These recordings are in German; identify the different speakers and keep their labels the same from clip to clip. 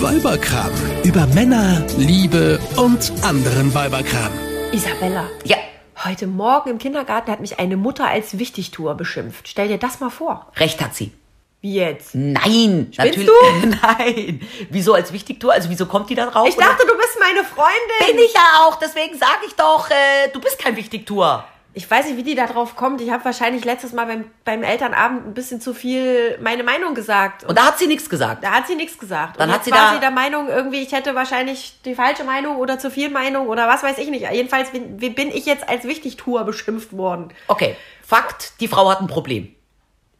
Speaker 1: Weiberkram. Über Männer, Liebe und anderen Weiberkram.
Speaker 2: Isabella,
Speaker 3: Ja,
Speaker 2: heute Morgen im Kindergarten hat mich eine Mutter als Wichtigtuer beschimpft. Stell dir das mal vor.
Speaker 3: recht hat sie.
Speaker 2: Wie jetzt?
Speaker 3: Nein,
Speaker 2: Spinnst
Speaker 3: Nein. Wieso als Wichtigtour? Also wieso kommt die da drauf?
Speaker 2: Ich dachte, du bist meine
Speaker 3: Oder-
Speaker 2: Freundin.
Speaker 3: bin ich ja auch, deswegen sage ich doch, äh, du bist kein Wichtigtour.
Speaker 2: Ich weiß nicht, wie die da drauf kommt. Ich habe wahrscheinlich letztes Mal beim, beim Elternabend ein bisschen zu viel meine Meinung gesagt. Und
Speaker 3: Und da hat sie nichts gesagt.
Speaker 2: da hat sie nichts gesagt.
Speaker 3: Dann
Speaker 2: und
Speaker 3: hat
Speaker 2: jetzt
Speaker 3: sie
Speaker 2: war
Speaker 3: da-
Speaker 2: sie der Meinung, irgendwie, ich hätte wahrscheinlich die falsche Meinung oder zu viel Meinung oder was weiß ich nicht. Jedenfalls bin, bin ich jetzt als Wichtigtuer beschimpft worden.
Speaker 3: Okay, Fakt, die Frau hat ein Problem.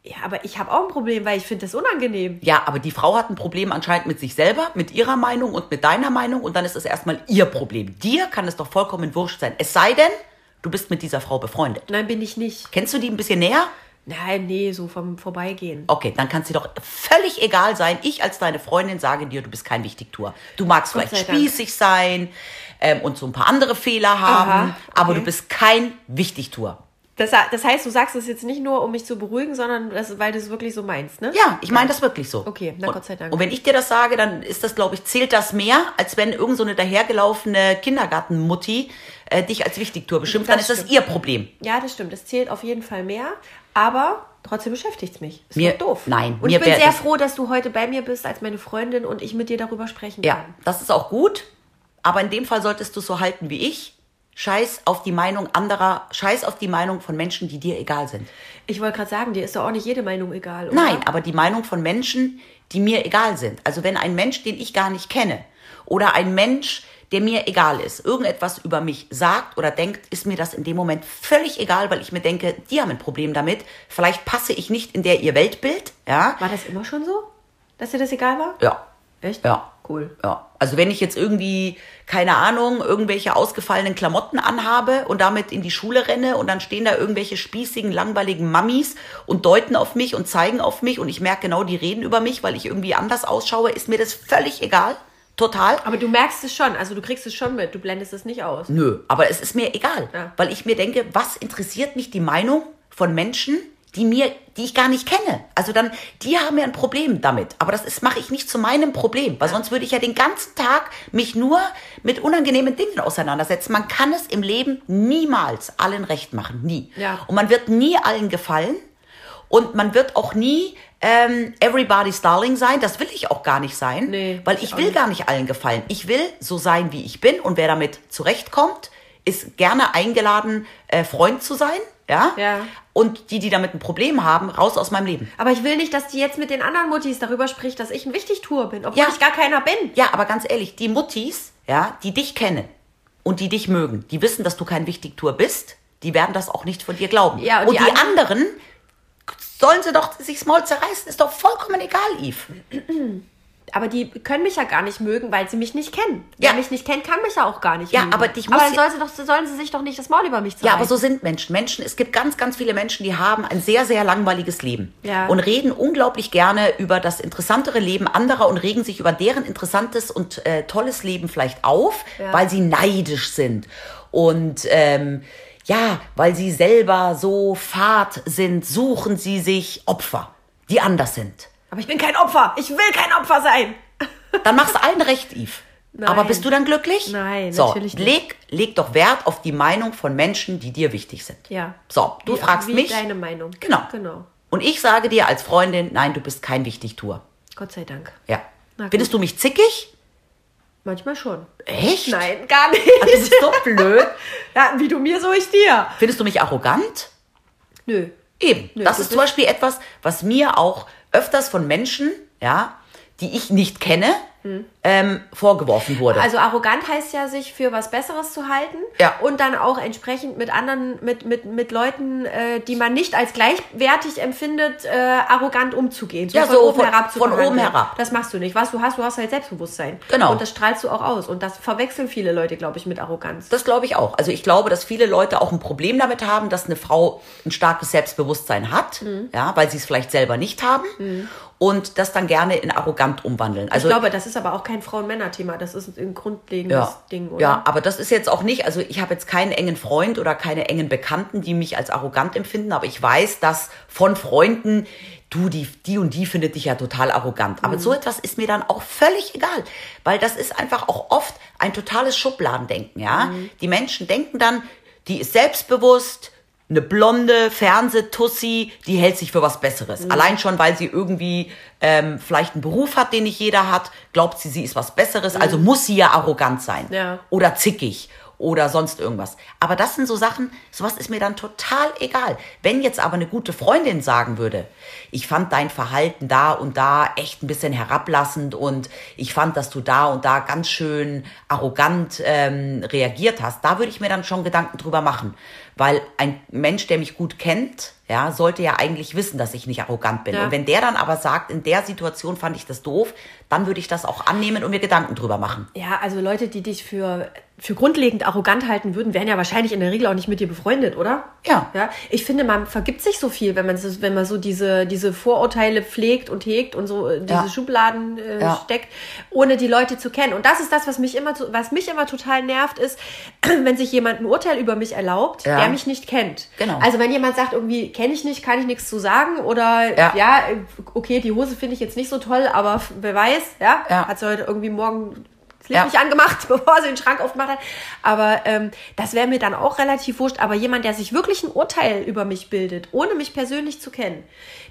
Speaker 2: Ja, aber ich habe auch ein Problem, weil ich finde das unangenehm.
Speaker 3: Ja, aber die Frau hat ein Problem anscheinend mit sich selber, mit ihrer Meinung und mit deiner Meinung und dann ist es erstmal ihr Problem. Dir kann es doch vollkommen wurscht sein. Es sei denn, du bist mit dieser Frau befreundet.
Speaker 2: Nein, bin ich nicht.
Speaker 3: Kennst du die ein bisschen näher?
Speaker 2: Nein, nee, so vom Vorbeigehen.
Speaker 3: Okay, dann kann es dir doch völlig egal sein. Ich als deine Freundin sage dir, du bist kein Wichtigtour. Du magst
Speaker 2: Gott
Speaker 3: vielleicht
Speaker 2: sei Dank.
Speaker 3: spießig sein ähm, und so ein paar andere Fehler haben,
Speaker 2: Aha,
Speaker 3: aber
Speaker 2: okay.
Speaker 3: du bist kein Wichtigtour.
Speaker 2: Das, das heißt, du sagst es jetzt nicht nur, um mich zu beruhigen, sondern das, weil du es wirklich so meinst, ne?
Speaker 3: Ja, ich meine das wirklich so.
Speaker 2: Okay, na
Speaker 3: und,
Speaker 2: Gott sei Dank.
Speaker 3: Und wenn ich dir das sage, dann ist das, glaube ich, zählt das mehr, als wenn irgend so eine dahergelaufene Kindergartenmutti äh, dich als Wichtigtour beschimpft.
Speaker 2: Das
Speaker 3: dann ist das
Speaker 2: stimmt.
Speaker 3: ihr Problem.
Speaker 2: Ja, das stimmt. Das zählt auf jeden Fall mehr. Aber trotzdem beschäftigt es mich. Ist
Speaker 3: Mir-
Speaker 2: doch doof.
Speaker 3: nein,
Speaker 2: Und
Speaker 3: mir
Speaker 2: ich bin
Speaker 3: wär-
Speaker 2: sehr froh, dass du heute bei mir bist als meine Freundin und ich mit dir darüber sprechen
Speaker 3: Ja,
Speaker 2: kann.
Speaker 3: das ist auch gut. Aber in dem Fall solltest du es so halten wie ich. Scheiß auf die Meinung anderer, scheiß auf die Meinung von Menschen, die dir egal sind.
Speaker 2: Ich wollte gerade sagen, dir ist doch auch nicht jede Meinung egal, oder?
Speaker 3: Nein, aber die Meinung von Menschen, die mir egal sind. Also wenn ein Mensch, den ich gar nicht kenne, oder ein Mensch, der mir egal ist, irgendetwas über mich sagt oder denkt, ist mir das in dem Moment völlig egal, weil ich mir denke, die haben ein Problem damit. Vielleicht passe ich nicht in der ihr Weltbild, ja?
Speaker 2: War das immer schon so? Dass dir das egal war?
Speaker 3: Ja.
Speaker 2: Echt?
Speaker 3: Äh, Ja.
Speaker 2: Cool.
Speaker 3: Ja. Also wenn ich jetzt irgendwie, keine Ahnung, irgendwelche ausgefallenen Klamotten anhabe und damit in die Schule renne und dann stehen da irgendwelche spießigen, langweiligen Mammis und deuten auf mich und zeigen auf mich und ich merke genau, die reden über mich, weil ich irgendwie anders ausschaue, ist mir das völlig egal. Total.
Speaker 2: Aber du merkst es schon, also du kriegst es schon mit, du blendest es nicht aus.
Speaker 3: Nö, aber es ist mir egal,
Speaker 2: Ja.
Speaker 3: weil ich mir denke, was interessiert mich die Meinung von Menschen, die mir, die ich gar nicht kenne. Also dann, die haben ja ein Problem damit. Aber das ist, mache ich nicht zu meinem Problem, weil sonst würde ich ja den ganzen Tag mich nur mit unangenehmen Dingen auseinandersetzen. Man kann es im Leben niemals allen recht machen, nie.
Speaker 2: Ja.
Speaker 3: Und man wird nie allen gefallen und man wird auch nie ähm, everybody's darling sein. Das will ich auch gar nicht sein,
Speaker 2: Nee,
Speaker 3: weil
Speaker 2: ich
Speaker 3: ich
Speaker 2: auch
Speaker 3: will
Speaker 2: nicht.
Speaker 3: gar nicht allen gefallen. Ich will so sein, wie ich bin und wer damit zurechtkommt, ist gerne eingeladen, äh, Freund zu sein. Ja?
Speaker 2: Ja.
Speaker 3: Und die, die damit ein Problem haben, raus aus meinem Leben.
Speaker 2: Aber ich will nicht, dass die jetzt mit den anderen Muttis darüber spricht, dass ich ein Wichtigtour bin, obwohl
Speaker 3: Ja.
Speaker 2: ich gar keiner bin.
Speaker 3: Ja, aber ganz ehrlich, die Muttis, ja, die dich kennen und die dich mögen, die wissen, dass du kein Wichtigtour bist, die werden das auch nicht von dir glauben.
Speaker 2: Ja, und
Speaker 3: und,
Speaker 2: die
Speaker 3: die,
Speaker 2: anderen-
Speaker 3: anderen sollen sie doch sich mal zerreißen, ist doch vollkommen egal, Yves.
Speaker 2: Aber die können mich ja gar nicht mögen, weil sie mich nicht kennen.
Speaker 3: Ja.
Speaker 2: Wer mich nicht kennt, kann mich ja auch gar nicht
Speaker 3: Ja,
Speaker 2: mögen.
Speaker 3: aber dich
Speaker 2: aber dann
Speaker 3: muss-
Speaker 2: sollen sie, doch, sollen sie sich doch nicht das Maul über mich zeigen.
Speaker 3: Ja, aber so sind Menschen. Menschen, es gibt ganz, ganz viele Menschen, die haben ein sehr, sehr langweiliges Leben
Speaker 2: Ja.
Speaker 3: und reden unglaublich gerne über das interessantere Leben anderer und regen sich über deren interessantes und äh, tolles Leben vielleicht auf,
Speaker 2: Ja.
Speaker 3: weil sie neidisch sind und ähm, ja, weil sie selber so fad sind, suchen sie sich Opfer, die anders sind.
Speaker 2: Aber ich bin kein Opfer. Ich will kein Opfer sein.
Speaker 3: Dann machst du allen recht, Yves.
Speaker 2: Nein.
Speaker 3: Aber bist du dann glücklich?
Speaker 2: Nein,
Speaker 3: so,
Speaker 2: natürlich nicht.
Speaker 3: Leg, leg doch Wert auf die Meinung von Menschen, die dir wichtig sind.
Speaker 2: Ja.
Speaker 3: So, du
Speaker 2: Wie-
Speaker 3: fragst
Speaker 2: wie
Speaker 3: mich.
Speaker 2: deine Meinung.
Speaker 3: Genau.
Speaker 2: Genau.
Speaker 3: Und ich sage dir als Freundin, nein, du bist kein Wichtigtour.
Speaker 2: Gott sei Dank.
Speaker 3: Ja.
Speaker 2: Na gut.
Speaker 3: Findest du mich zickig?
Speaker 2: Manchmal schon.
Speaker 3: Echt?
Speaker 2: Nein, gar nicht.
Speaker 3: Ah, Du bist so blöd.
Speaker 2: Ja, wie du mir, so ich dir.
Speaker 3: Findest du mich arrogant?
Speaker 2: Nö.
Speaker 3: Eben.
Speaker 2: Nö,
Speaker 3: das
Speaker 2: du
Speaker 3: ist
Speaker 2: bist-
Speaker 3: zum Beispiel etwas, was mir auch öfters von Menschen, ja, die ich nicht kenne, ähm, vorgeworfen wurde.
Speaker 2: Hm. Also arrogant heißt ja, sich für was Besseres zu halten
Speaker 3: Ja.
Speaker 2: und dann auch entsprechend mit anderen, mit, mit, mit Leuten, äh, die man nicht als gleichwertig empfindet, äh, arrogant umzugehen.
Speaker 3: Ja, so von-
Speaker 2: zu
Speaker 3: von oben
Speaker 2: verhandeln.
Speaker 3: herab.
Speaker 2: Das machst du nicht. Was du hast, du hast halt Selbstbewusstsein.
Speaker 3: Genau.
Speaker 2: Und das strahlst du auch aus. Und das verwechseln viele Leute, glaube ich, mit Arroganz.
Speaker 3: Das glaube ich auch. Also ich glaube, dass viele Leute auch ein Problem damit haben, dass eine Frau ein starkes Selbstbewusstsein hat,
Speaker 2: Hm.
Speaker 3: ja, weil sie es vielleicht selber nicht haben und das dann gerne in arrogant umwandeln. Also
Speaker 2: ich glaube, das ist aber auch kein Frauen-Männer-Thema. Das ist ein grundlegendes
Speaker 3: ja,
Speaker 2: Ding, oder?
Speaker 3: ja, aber das ist jetzt auch nicht, also ich habe jetzt keinen engen Freund oder keine engen Bekannten, die mich als arrogant empfinden, aber ich weiß, dass von Freunden, du, die, die und die findet dich ja total arrogant. Aber so etwas ist mir dann auch völlig egal, weil das ist einfach auch oft ein totales Schubladendenken, ja. Die Menschen denken dann, die ist selbstbewusst, eine blonde Fernsehtussi, die hält sich für was Besseres. Allein schon, weil sie irgendwie ähm, vielleicht einen Beruf hat, den nicht jeder hat, glaubt sie, sie ist was Besseres, also muss sie ja arrogant sein
Speaker 2: Ja.
Speaker 3: oder zickig oder sonst irgendwas. Aber das sind so Sachen, sowas ist mir dann total egal. Wenn jetzt aber eine gute Freundin sagen würde, ich fand dein Verhalten da und da echt ein bisschen herablassend und ich fand, dass du da und da ganz schön arrogant ähm, reagiert hast, da würde ich mir dann schon Gedanken drüber machen. Weil ein Mensch, der mich gut kennt, ja, sollte ja eigentlich wissen, dass ich nicht arrogant bin.
Speaker 2: Ja.
Speaker 3: Und wenn der dann aber sagt, in der Situation fand ich das doof, dann würde ich das auch annehmen und mir Gedanken drüber machen.
Speaker 2: Ja, also Leute, die dich für, für grundlegend arrogant halten würden, wären ja wahrscheinlich in der Regel auch nicht mit dir befreundet, oder?
Speaker 3: Ja.
Speaker 2: Ja, ich finde, man vergibt sich so viel, wenn man so, wenn man so diese, diese Vorurteile pflegt und hegt und so äh, diese
Speaker 3: Ja.
Speaker 2: Schubladen äh,
Speaker 3: Ja.
Speaker 2: steckt, ohne die Leute zu kennen. Und das ist das, was mich immer, zu- was mich immer total nervt, ist, wenn sich jemand ein Urteil über mich erlaubt,
Speaker 3: Ja.
Speaker 2: der mich nicht kennt.
Speaker 3: Genau.
Speaker 2: Also wenn jemand sagt, irgendwie kenne ich nicht, kann ich nichts zu sagen oder ja,
Speaker 3: Ja.
Speaker 2: äh, okay, die Hose finde ich jetzt nicht so toll, aber f- wer weiß, ja,
Speaker 3: Ja.
Speaker 2: hat sie heute irgendwie morgen das Licht
Speaker 3: Ja.
Speaker 2: nicht angemacht, bevor sie den Schrank aufgemacht hat. Aber ähm, das wäre mir dann auch relativ wurscht. Aber jemand, der sich wirklich ein Urteil über mich bildet, ohne mich persönlich zu kennen,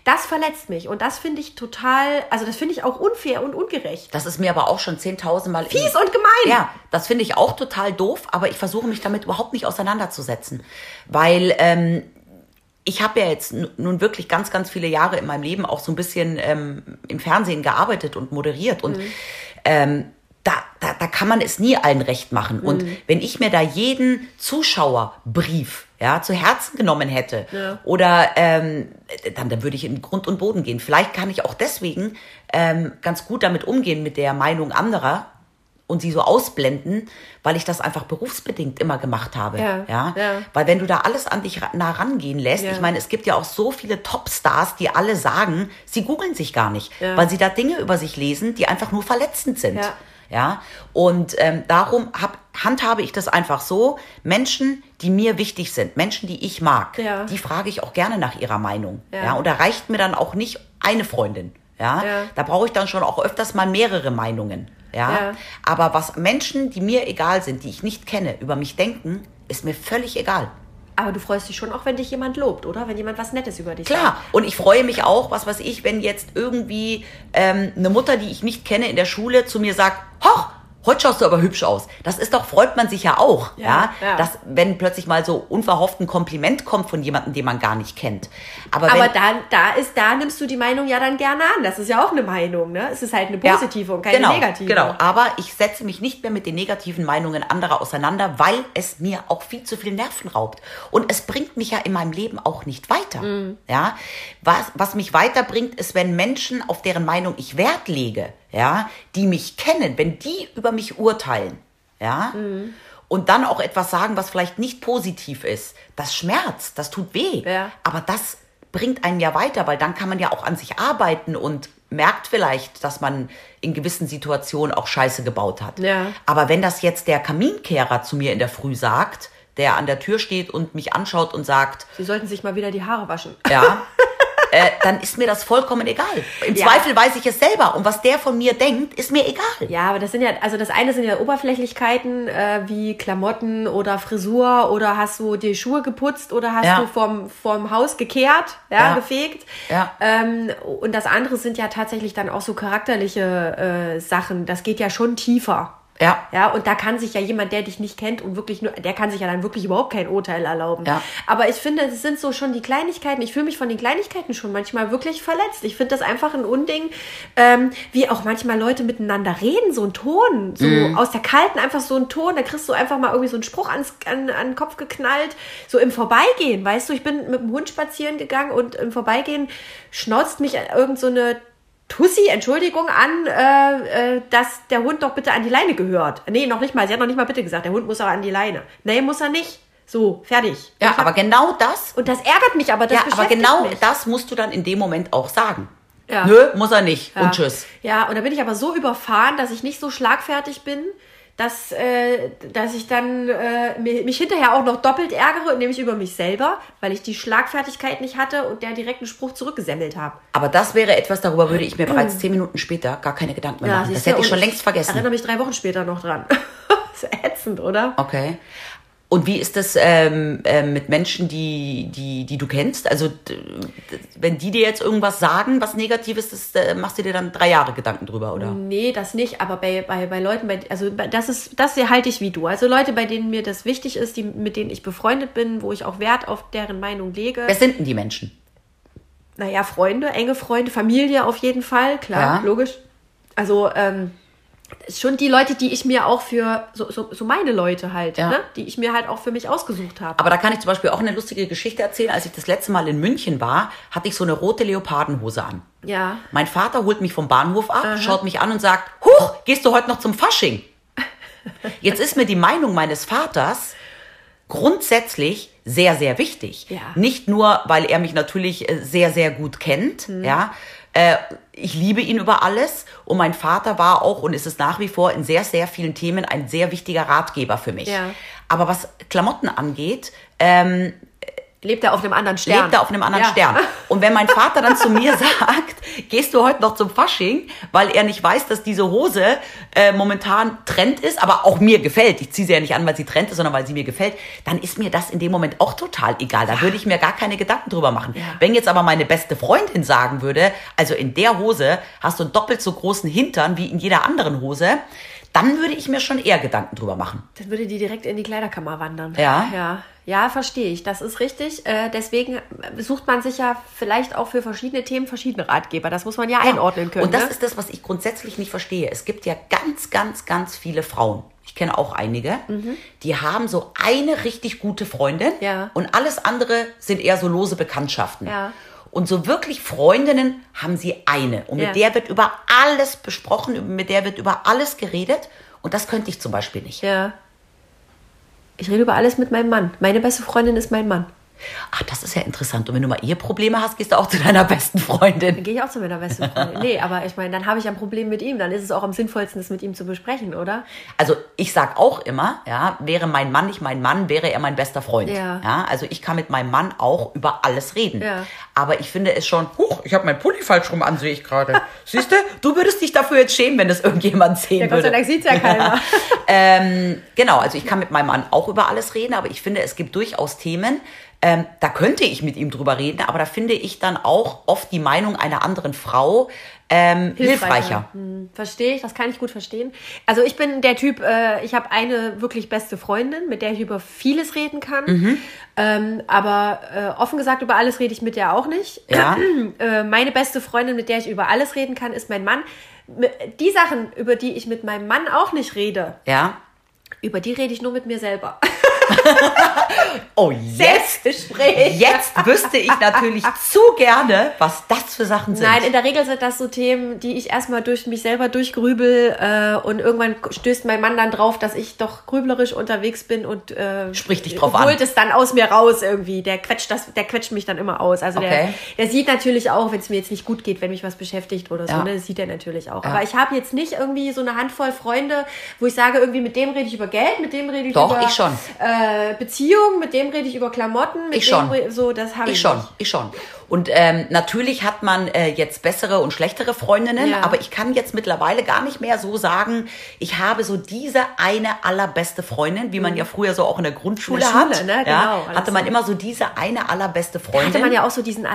Speaker 2: das verletzt mich. Und das finde ich total, also das finde ich auch unfair und ungerecht.
Speaker 3: Das ist mir aber auch schon 10.000 Mal...
Speaker 2: Fies und gemein.
Speaker 3: Ja, das finde ich auch total doof, aber ich versuche mich damit überhaupt nicht auseinanderzusetzen. Weil ähm, ich habe ja jetzt nu- nun wirklich ganz, ganz viele Jahre in meinem Leben auch so ein bisschen ähm, im Fernsehen gearbeitet und
Speaker 2: Mhm.
Speaker 3: moderiert. Und ähm, da, da, da kann man es nie allen recht machen. Und
Speaker 2: Mhm.
Speaker 3: wenn ich mir da jeden Zuschauerbrief ja, zu Herzen genommen hätte oder ähm, dann, dann würde ich in Grund und Boden gehen. Vielleicht kann ich auch deswegen ähm, ganz gut damit umgehen mit der Meinung anderer und sie so ausblenden, weil ich das einfach berufsbedingt immer gemacht habe.
Speaker 2: Ja, ja.
Speaker 3: Weil wenn du da alles an dich ra- nah rangehen lässt,
Speaker 2: Ja.
Speaker 3: ich meine, es gibt ja auch so viele Topstars, die alle sagen, sie googeln sich gar nicht,
Speaker 2: Ja.
Speaker 3: weil sie da Dinge über sich lesen, die einfach nur verletzend sind.
Speaker 2: Ja.
Speaker 3: Ja. Und ähm, darum hab, handhabe ich das einfach so, Menschen, die mir wichtig sind, Menschen, die ich mag,
Speaker 2: Ja.
Speaker 3: die frage ich auch gerne nach ihrer Meinung.
Speaker 2: Ja.
Speaker 3: Ja. Und da reicht mir dann auch nicht eine Freundin. Ja.
Speaker 2: Ja.
Speaker 3: Da brauche ich dann schon auch öfters mal mehrere Meinungen. Ja.
Speaker 2: Ja.
Speaker 3: Aber was Menschen, die mir egal sind, die ich nicht kenne, über mich denken, ist mir völlig egal.
Speaker 2: Aber du freust dich schon auch, wenn dich jemand lobt, oder? Wenn jemand was Nettes über dich
Speaker 3: Klar, und ich freue mich auch, was weiß ich, wenn jetzt irgendwie ähm, eine Mutter, die ich nicht kenne, in der Schule zu mir sagt, hoch, heute schaust du aber hübsch aus. Das ist doch, freut man sich ja auch,
Speaker 2: Ja,
Speaker 3: ja,
Speaker 2: ja.
Speaker 3: dass wenn plötzlich mal so unverhofft ein Kompliment kommt von jemandem, den man gar nicht kennt. Aber,
Speaker 2: Aber
Speaker 3: wenn,
Speaker 2: da, da ist, da nimmst du die Meinung ja dann gerne an. Das ist ja auch eine Meinung, ne? Es ist halt eine positive und keine
Speaker 3: genau,
Speaker 2: negative.
Speaker 3: Genau, aber ich setze mich nicht mehr mit den negativen Meinungen anderer auseinander, weil es mir auch viel zu viel Nerven raubt. Und es bringt mich ja in meinem Leben auch nicht weiter.
Speaker 2: Mhm.
Speaker 3: Ja, was, was mich weiterbringt, ist, wenn Menschen, auf deren Meinung ich Wert lege, ja, die mich kennen, wenn die über mich urteilen, ja,
Speaker 2: Mhm.
Speaker 3: und dann auch etwas sagen, was vielleicht nicht positiv ist, das schmerzt, das tut weh.
Speaker 2: Ja.
Speaker 3: Aber das bringt einen ja weiter, weil dann kann man ja auch an sich arbeiten und merkt vielleicht, dass man in gewissen Situationen auch Scheiße gebaut hat.
Speaker 2: Ja.
Speaker 3: Aber wenn das jetzt der Kaminkehrer zu mir in der Früh sagt, der an der Tür steht und mich anschaut und sagt,
Speaker 2: Sie sollten sich mal wieder die Haare waschen.
Speaker 3: ja, äh, dann ist mir das vollkommen egal. Im
Speaker 2: Ja.
Speaker 3: Zweifel weiß ich es selber und was der von mir denkt, ist mir egal.
Speaker 2: Ja, aber das sind ja, also das eine sind ja Oberflächlichkeiten äh, wie Klamotten oder Frisur oder hast du die Schuhe geputzt oder hast
Speaker 3: Ja.
Speaker 2: du vom, vom Haus gekehrt, ja,
Speaker 3: Ja.
Speaker 2: gefegt.
Speaker 3: Ja.
Speaker 2: Ähm, und das andere sind ja tatsächlich dann auch so charakterliche äh, Sachen. Das geht ja schon tiefer.
Speaker 3: Ja.
Speaker 2: Ja, und da kann sich ja jemand, der dich nicht kennt und wirklich nur, der kann sich ja dann wirklich überhaupt kein Urteil erlauben.
Speaker 3: Ja.
Speaker 2: Aber ich finde, es sind so schon die Kleinigkeiten. Ich fühle mich von den Kleinigkeiten schon manchmal wirklich verletzt. Ich finde das einfach ein Unding, ähm, wie auch manchmal Leute miteinander reden, so ein Ton, so
Speaker 3: Mhm.
Speaker 2: aus der Kalten einfach so ein Ton. Da kriegst du einfach mal irgendwie so einen Spruch ans, an, an den Kopf geknallt, so im Vorbeigehen. Weißt du, ich bin mit dem Hund spazieren gegangen und im Vorbeigehen schnauzt mich irgend so eine Tussi, Entschuldigung, an, äh, äh, dass der Hund doch bitte an die Leine gehört. Nee, noch nicht mal. Sie hat noch nicht mal bitte gesagt, der Hund muss aber an die Leine. Nee, muss er nicht. So, fertig.
Speaker 3: Ja, aber genau das
Speaker 2: Und das ärgert mich, aber das
Speaker 3: ja, aber
Speaker 2: beschäftigt
Speaker 3: genau
Speaker 2: mich.
Speaker 3: das musst du dann in dem Moment auch sagen.
Speaker 2: Ja.
Speaker 3: Nö, muss er nicht.
Speaker 2: Ja.
Speaker 3: Und tschüss.
Speaker 2: Ja, und da bin ich aber so überfahren, dass ich nicht so schlagfertig bin, dass, äh, dass ich dann äh, mi- mich hinterher auch noch doppelt ärgere, nämlich über mich selber, weil ich die Schlagfertigkeit nicht hatte und der direkten Spruch zurückgesemmelt habe.
Speaker 3: Aber das wäre etwas, darüber würde ich mir bereits zehn Minuten später gar keine Gedanken mehr machen. Das
Speaker 2: siehste,
Speaker 3: hätte ich
Speaker 2: und
Speaker 3: schon längst vergessen.
Speaker 2: Erinnere mich drei Wochen später noch dran. das ist ätzend, oder?
Speaker 3: Okay. Und wie ist das ähm, ähm, mit Menschen, die, die, die du kennst? Also, d- d- wenn die dir jetzt irgendwas sagen, was Negatives, das äh, machst du dir dann drei Jahre Gedanken drüber, oder?
Speaker 2: Nee, das nicht, aber bei, bei, bei Leuten, bei, also bei- das ist, das hier halte ich wie du. Also Leute, bei denen mir das wichtig ist, die, mit denen ich befreundet bin, wo ich auch Wert auf deren Meinung lege.
Speaker 3: Wer sind denn die Menschen?
Speaker 2: naja, Freunde, enge Freunde, Familie auf jeden Fall, klar,
Speaker 3: Ja.
Speaker 2: logisch. Also ähm, schon die Leute, die ich mir auch für, so, so, so meine Leute halt,
Speaker 3: Ja.
Speaker 2: ne? die ich mir halt auch für mich ausgesucht habe.
Speaker 3: Aber da kann ich zum Beispiel auch eine lustige Geschichte erzählen. Als ich das letzte Mal in München war, hatte ich so eine rote Leopardenhose an.
Speaker 2: Ja.
Speaker 3: Mein Vater holt mich vom Bahnhof ab, schaut mich an und sagt, Huch, gehst du heute noch zum Fasching? Jetzt ist mir die Meinung meines Vaters grundsätzlich sehr, sehr wichtig.
Speaker 2: Ja.
Speaker 3: Nicht nur, weil er mich natürlich äh, sehr, sehr gut kennt,
Speaker 2: Mhm.
Speaker 3: ja. Äh, Ich liebe ihn über alles und mein Vater war auch und ist es nach wie vor in sehr, sehr vielen Themen ein sehr wichtiger Ratgeber für mich.
Speaker 2: Ja.
Speaker 3: Aber was Klamotten angeht,
Speaker 2: Lebt er auf einem anderen Stern.
Speaker 3: Lebt er auf einem anderen
Speaker 2: ja.
Speaker 3: Stern. Und wenn mein Vater dann zu mir sagt, gehst du heute noch zum Fasching, weil er nicht weiß, dass diese Hose äh, momentan Trend ist, aber auch mir gefällt. Ich ziehe sie ja nicht an, weil sie Trend ist, sondern weil sie mir gefällt. Dann ist mir das in dem Moment auch total egal. Da würde ich mir gar keine Gedanken drüber machen. Wenn jetzt aber meine beste Freundin sagen würde, also in der Hose hast du einen doppelt so großen Hintern wie in jeder anderen Hose, dann würde ich mir schon eher Gedanken drüber machen.
Speaker 2: Dann würde die direkt in die Kleiderkammer wandern.
Speaker 3: Ja.
Speaker 2: Ja, ja verstehe ich. Das ist richtig. Äh, deswegen sucht man sich ja vielleicht auch für verschiedene Themen verschiedene Ratgeber. Das muss man ja, einordnen können.
Speaker 3: Und das
Speaker 2: ne?
Speaker 3: ist das, was ich grundsätzlich nicht verstehe. Es gibt ja ganz, ganz, ganz viele Frauen. Ich kenne auch einige, die haben so eine richtig gute Freundin
Speaker 2: Mhm. Ja.
Speaker 3: und alles andere sind eher so lose Bekanntschaften.
Speaker 2: Ja.
Speaker 3: Und so wirklich Freundinnen haben sie eine. Und
Speaker 2: Ja.
Speaker 3: mit der wird über alles besprochen, mit der wird über alles geredet. Und das könnte ich zum Beispiel nicht.
Speaker 2: ja. Ich rede über alles mit meinem Mann. Meine beste Freundin ist mein Mann.
Speaker 3: Ach, das ist ja interessant. Und wenn du mal Eheprobleme hast, gehst du auch zu deiner besten Freundin.
Speaker 2: Gehe ich auch zu meiner besten Freundin. Nee, aber ich meine, dann habe ich ein Problem mit ihm. Dann ist es auch am sinnvollsten, es mit ihm zu besprechen, oder?
Speaker 3: Also ich sag auch immer, ja, wäre mein Mann nicht mein Mann, wäre er mein bester Freund.
Speaker 2: Ja.
Speaker 3: also ich kann mit meinem Mann auch über alles reden.
Speaker 2: Ja.
Speaker 3: Aber ich finde es schon, huch, ich habe meinen Pulli falsch rum an, sehe ich gerade. Siehst du, du würdest dich dafür jetzt schämen, wenn das irgendjemand sehen
Speaker 2: Ja, Gott
Speaker 3: würde.
Speaker 2: sei Dank sieht ja keiner.
Speaker 3: ähm, genau, also ich kann mit meinem Mann auch über alles reden, aber ich finde, es gibt durchaus Themen, ähm, da könnte ich mit ihm drüber reden, aber da finde ich dann auch oft die Meinung einer anderen Frau ähm, hilfreicher.
Speaker 2: Hm, verstehe ich, das kann ich gut verstehen. Also ich bin der Typ, äh, ich habe eine wirklich beste Freundin, mit der ich über vieles reden kann.
Speaker 3: Mhm.
Speaker 2: Ähm, aber äh, offen gesagt, über alles rede ich mit der auch nicht.
Speaker 3: Ja.
Speaker 2: äh, meine beste Freundin, mit der ich über alles reden kann, ist mein Mann. M- Die Sachen, über die ich mit meinem Mann auch nicht rede,
Speaker 3: Ja.
Speaker 2: über die rede ich nur mit mir selber.
Speaker 3: Oh, jetzt
Speaker 2: Selbstgespräch.
Speaker 3: Jetzt wüsste ich natürlich zu gerne, was das für Sachen sind.
Speaker 2: Nein, in der Regel sind das so Themen, die ich erstmal durch mich selber durchgrübel äh, und irgendwann stößt mein Mann dann drauf, dass ich doch grüblerisch unterwegs bin und äh,
Speaker 3: Spricht dich drauf an.
Speaker 2: holt es dann aus mir raus irgendwie. Der quetscht das, der quetscht mich dann immer aus. Also
Speaker 3: Okay.
Speaker 2: der, der sieht natürlich auch, wenn es mir jetzt nicht gut geht, wenn mich was beschäftigt oder so,
Speaker 3: Ja.
Speaker 2: ne, das sieht er natürlich auch. Aber ich habe jetzt nicht irgendwie so eine Handvoll Freunde, wo ich sage, irgendwie mit dem rede ich über Geld, mit dem rede ich
Speaker 3: Doch,
Speaker 2: über
Speaker 3: ich schon.
Speaker 2: Äh, Beziehungen, mit dem rede ich über Klamotten, mit
Speaker 3: Ich
Speaker 2: dem
Speaker 3: schon.
Speaker 2: re- so das habe ich,
Speaker 3: ich schon,
Speaker 2: nicht.
Speaker 3: ich schon. Und ähm, natürlich hat man äh, jetzt bessere und schlechtere Freundinnen,
Speaker 2: Ja.
Speaker 3: aber ich kann jetzt mittlerweile gar nicht mehr so sagen, ich habe so diese eine allerbeste Freundin, wie man ja früher so auch in der Grundschule
Speaker 2: Mhm. In der Schule,
Speaker 3: hat.
Speaker 2: ne?
Speaker 3: ja,
Speaker 2: Genau, alles
Speaker 3: hatte man immer so diese eine allerbeste Freundin.
Speaker 2: hatte man ja auch so diesen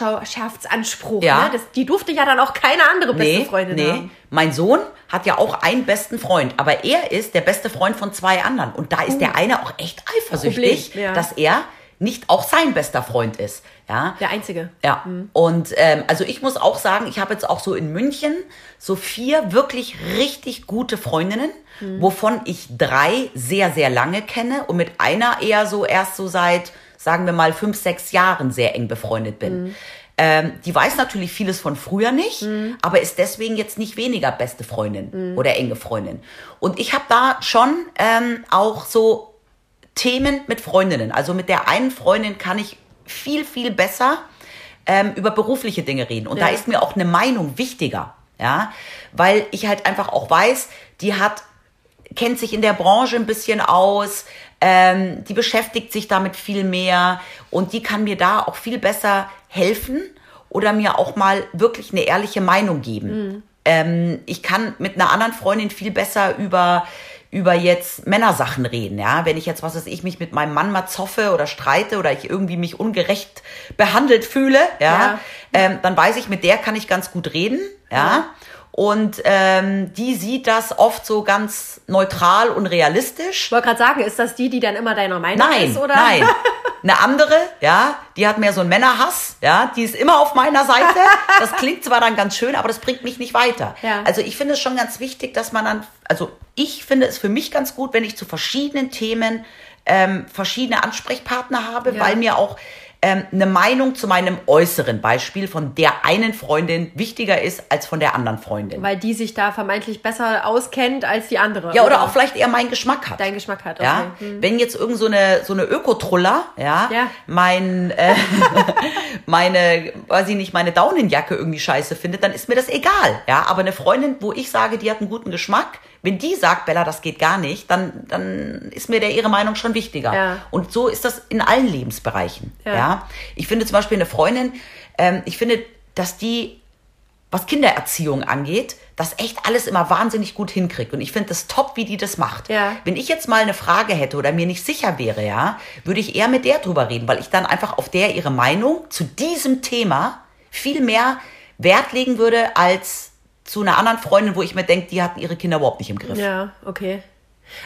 Speaker 2: Alleinherrschaftsanspruch.
Speaker 3: Ja.
Speaker 2: Ne? Das, die durfte ja dann auch keine andere beste Freundin haben.
Speaker 3: Mein Sohn hat ja auch einen besten Freund, aber er ist der beste Freund von zwei anderen. Und da ist der eine auch echt
Speaker 2: Uh.
Speaker 3: eifersüchtig,
Speaker 2: Problem, ja.
Speaker 3: dass er nicht auch sein bester Freund ist. Ja.
Speaker 2: Der einzige.
Speaker 3: Ja, und ähm, also ich muss auch sagen, ich habe jetzt auch so in München so vier wirklich richtig gute Freundinnen, wovon ich drei sehr, sehr lange kenne und mit einer eher so erst so seit, sagen wir mal, fünf, sechs Jahren sehr eng befreundet bin. Ähm, die weiß natürlich vieles von früher nicht, aber ist deswegen jetzt nicht weniger beste Freundin oder enge Freundin. Und ich habe da schon ähm, auch so Themen mit Freundinnen. Also mit der einen Freundin kann ich viel, viel besser ähm, über berufliche Dinge reden. Und da
Speaker 2: Ja.
Speaker 3: ist mir auch eine Meinung wichtiger. Ja, weil ich halt einfach auch weiß, die hat kennt sich in der Branche ein bisschen aus, ähm, die beschäftigt sich damit viel mehr und die kann mir da auch viel besser helfen oder mir auch mal wirklich eine ehrliche Meinung geben. Ähm, ich kann mit einer anderen Freundin viel besser über über jetzt Männersachen reden, ja, wenn ich jetzt was weiß ich mich mit meinem Mann mal zoffe oder streite oder ich irgendwie mich ungerecht behandelt fühle, ja,
Speaker 2: Ja.
Speaker 3: Ähm, dann weiß ich mit der kann ich ganz gut reden, ja, und ähm, die sieht das oft so ganz neutral und realistisch.
Speaker 2: Ich wollte gerade sagen, ist das die, die dann immer deiner Meinung
Speaker 3: Nein,
Speaker 2: ist? Oder?
Speaker 3: nein. Eine andere, ja, die hat mehr so einen Männerhass, ja, die ist immer auf meiner Seite. Das klingt zwar dann ganz schön, aber das bringt mich nicht weiter.
Speaker 2: Ja.
Speaker 3: Also ich finde es schon ganz wichtig, dass man dann, also ich finde es für mich ganz gut, wenn ich zu verschiedenen Themen ähm, verschiedene Ansprechpartner habe,
Speaker 2: Ja.
Speaker 3: weil mir auch ähm, eine Meinung zu meinem äußeren Beispiel von der einen Freundin wichtiger ist als von der anderen Freundin.
Speaker 2: Weil die sich da vermeintlich besser auskennt als die andere.
Speaker 3: Ja, oder auch vielleicht eher meinen Geschmack hat.
Speaker 2: deinen Geschmack hat. Okay. Hm.
Speaker 3: Ja, wenn jetzt irgend so eine so eine Ökotruller, ja,
Speaker 2: Ja.
Speaker 3: mein äh, meine weiß ich nicht, meine Daunenjacke irgendwie scheiße findet, dann ist mir das egal, ja, aber eine Freundin, wo ich sage, die hat einen guten Geschmack, wenn die sagt, Bella, das geht gar nicht, dann dann ist mir der ihre Meinung schon wichtiger.
Speaker 2: Ja.
Speaker 3: Und so ist das in allen Lebensbereichen, ja.
Speaker 2: Ja.
Speaker 3: Ich finde zum Beispiel eine Freundin, ähm, ich finde, dass die was Kindererziehung angeht, das echt alles immer wahnsinnig gut hinkriegt. Und ich finde das top, wie die das macht.
Speaker 2: Ja.
Speaker 3: Wenn ich jetzt mal eine Frage hätte oder mir nicht sicher wäre, ja, würde ich eher mit der drüber reden, weil ich dann einfach auf der ihre Meinung zu diesem Thema viel mehr Wert legen würde als zu einer anderen Freundin, wo ich mir denke, die hatten ihre Kinder überhaupt nicht im Griff.
Speaker 2: Ja, okay.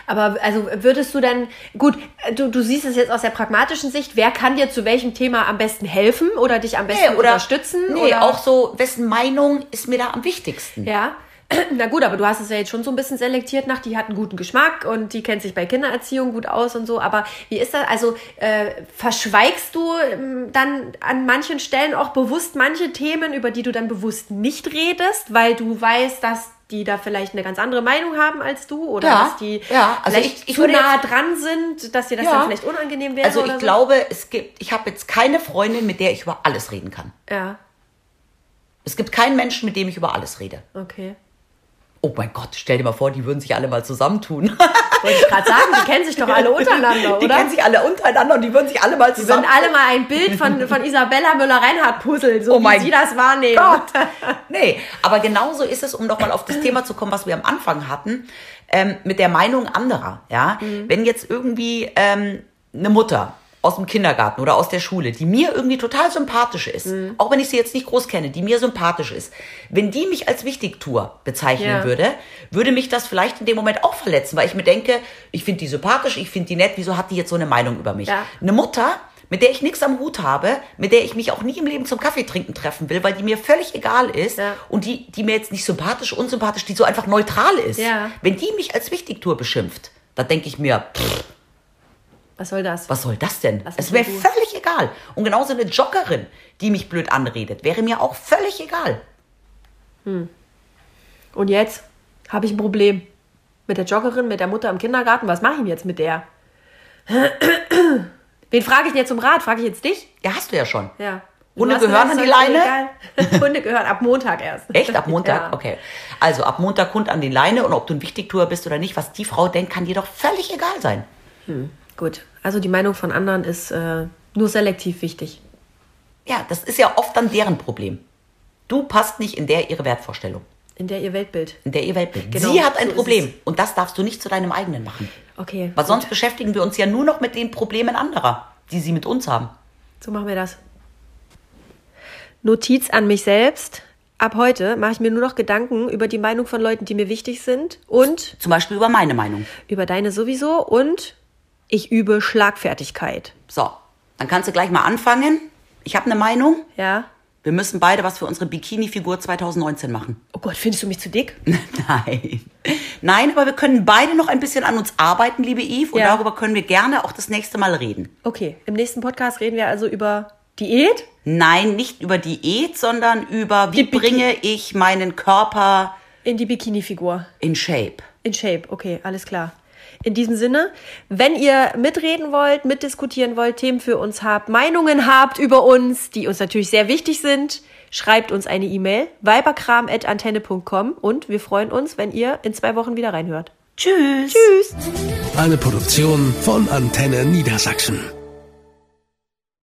Speaker 2: Aber also würdest du dann, gut, du, du siehst es jetzt aus der pragmatischen Sicht, wer kann dir zu welchem Thema am besten helfen oder dich am besten unterstützen?
Speaker 3: nee,
Speaker 2: oder
Speaker 3: auch so, wessen Meinung ist mir da am wichtigsten?
Speaker 2: Ja. Na gut, aber du hast es ja jetzt schon so ein bisschen selektiert nach, die hat einen guten Geschmack und die kennt sich bei Kindererziehung gut aus und so. Aber wie ist das? Also äh, verschweigst du ähm, dann an manchen Stellen auch bewusst manche Themen, über die du dann bewusst nicht redest, weil du weißt, dass die da vielleicht eine ganz andere Meinung haben als du oder
Speaker 3: Ja,
Speaker 2: dass die
Speaker 3: ja. Also
Speaker 2: vielleicht
Speaker 3: ich- ich
Speaker 2: zu
Speaker 3: würde
Speaker 2: nah
Speaker 3: jetzt-
Speaker 2: dran sind, dass dir das
Speaker 3: Ja.
Speaker 2: dann vielleicht unangenehm wäre
Speaker 3: Also
Speaker 2: oder
Speaker 3: ich
Speaker 2: so.
Speaker 3: glaube, es gibt, ich habe jetzt keine Freundin, mit der ich über alles reden kann.
Speaker 2: Ja,
Speaker 3: Es gibt keinen Menschen, mit dem ich über alles rede.
Speaker 2: okay.
Speaker 3: Oh mein Gott, stell dir mal vor, die würden sich alle mal zusammentun.
Speaker 2: Wollte ich gerade sagen, die kennen sich doch alle untereinander,
Speaker 3: Die
Speaker 2: oder?
Speaker 3: kennen sich alle untereinander und die würden sich alle mal
Speaker 2: Wir würden
Speaker 3: zusammen.
Speaker 2: alle mal ein Bild von, von Isabella Müller-Reinhardt puzzeln, so
Speaker 3: Oh mein
Speaker 2: wie sie das wahrnehmen.
Speaker 3: Gott. Nee, aber genauso ist es, um nochmal auf das Thema zu kommen, was wir am Anfang hatten, ähm, mit der Meinung anderer. Ja?
Speaker 2: Mhm.
Speaker 3: Wenn jetzt irgendwie ähm, eine Mutter aus dem Kindergarten oder aus der Schule, die mir irgendwie total sympathisch ist,
Speaker 2: Mhm.
Speaker 3: auch wenn ich sie jetzt nicht groß kenne, die mir sympathisch ist, wenn die mich als Wichtigtour bezeichnen
Speaker 2: Ja.
Speaker 3: würde, würde mich das vielleicht in dem Moment auch verletzen, weil ich mir denke, ich finde die sympathisch, ich finde die nett, wieso hat die jetzt so eine Meinung über mich?
Speaker 2: Ja.
Speaker 3: Eine Mutter, mit der ich nichts am Hut habe, mit der ich mich auch nie im Leben zum Kaffee trinken treffen will, weil die mir völlig egal ist
Speaker 2: Ja.
Speaker 3: und die, die mir jetzt nicht sympathisch, unsympathisch, die so einfach neutral ist.
Speaker 2: Ja.
Speaker 3: Wenn die mich als Wichtigtour beschimpft, dann denke ich mir, pff,
Speaker 2: Was soll das?
Speaker 3: was soll das denn?
Speaker 2: Lass mich
Speaker 3: Es wäre
Speaker 2: in Ruhe.
Speaker 3: völlig egal. Und genauso eine Joggerin, die mich blöd anredet, wäre mir auch völlig egal.
Speaker 2: Und jetzt habe ich ein Problem. Mit der Joggerin, mit der Mutter im Kindergarten, was mache ich denn jetzt mit der? Wen frage ich denn jetzt zum Rat? Frage ich jetzt dich?
Speaker 3: Ja, hast du ja schon.
Speaker 2: Ja.
Speaker 3: Hunde
Speaker 2: Du hast
Speaker 3: gehören an die
Speaker 2: gesagt, ist
Speaker 3: Leine?
Speaker 2: mir egal. Hunde gehören ab Montag erst.
Speaker 3: Echt? Ab Montag?
Speaker 2: Ja.
Speaker 3: Okay. Also ab Montag Hund an die Leine und ob du ein Wichtigtour bist oder nicht, was die Frau denkt, kann dir doch völlig egal sein.
Speaker 2: Gut. Also die Meinung von anderen ist äh, nur selektiv wichtig.
Speaker 3: Ja, das ist ja oft dann deren Problem. Du passt nicht in der ihre Wertvorstellung,
Speaker 2: In der ihr Weltbild.
Speaker 3: in der ihr Weltbild.
Speaker 2: Genau,
Speaker 3: Sie hat
Speaker 2: so
Speaker 3: ein
Speaker 2: ist es.
Speaker 3: Problem und das darfst du nicht zu deinem eigenen machen.
Speaker 2: Okay.
Speaker 3: Weil sonst beschäftigen wir uns ja nur noch mit den Problemen anderer, die sie mit uns haben.
Speaker 2: So machen wir das. Notiz an mich selbst. Ab heute mache ich mir nur noch Gedanken über die Meinung von Leuten, die mir wichtig sind und
Speaker 3: Zum Beispiel über meine Meinung.
Speaker 2: über deine sowieso und ich übe Schlagfertigkeit.
Speaker 3: So, dann kannst du gleich mal anfangen. Ich habe eine Meinung.
Speaker 2: Ja?
Speaker 3: Wir müssen beide was für unsere Bikini-Figur 2019 machen.
Speaker 2: Oh Gott, findest du mich zu dick?
Speaker 3: Nein. Nein, aber wir können beide noch ein bisschen an uns arbeiten, liebe Yves. Und
Speaker 2: Ja.
Speaker 3: darüber können wir gerne auch das nächste Mal reden.
Speaker 2: Okay, im nächsten Podcast reden wir also über Diät.
Speaker 3: Nein, nicht über Diät, sondern über, wie
Speaker 2: Die Biki-
Speaker 3: bringe ich meinen Körper
Speaker 2: In die Bikini-Figur.
Speaker 3: in Shape.
Speaker 2: In Shape, okay, alles klar. In diesem Sinne, wenn ihr mitreden wollt, mitdiskutieren wollt, Themen für uns habt, Meinungen habt über uns, die uns natürlich sehr wichtig sind, schreibt uns eine E-Mail, weiberkram.antenne.com und wir freuen uns, wenn ihr in zwei Wochen wieder reinhört.
Speaker 3: Tschüss.
Speaker 2: Tschüss.
Speaker 1: Eine Produktion von Antenne Niedersachsen.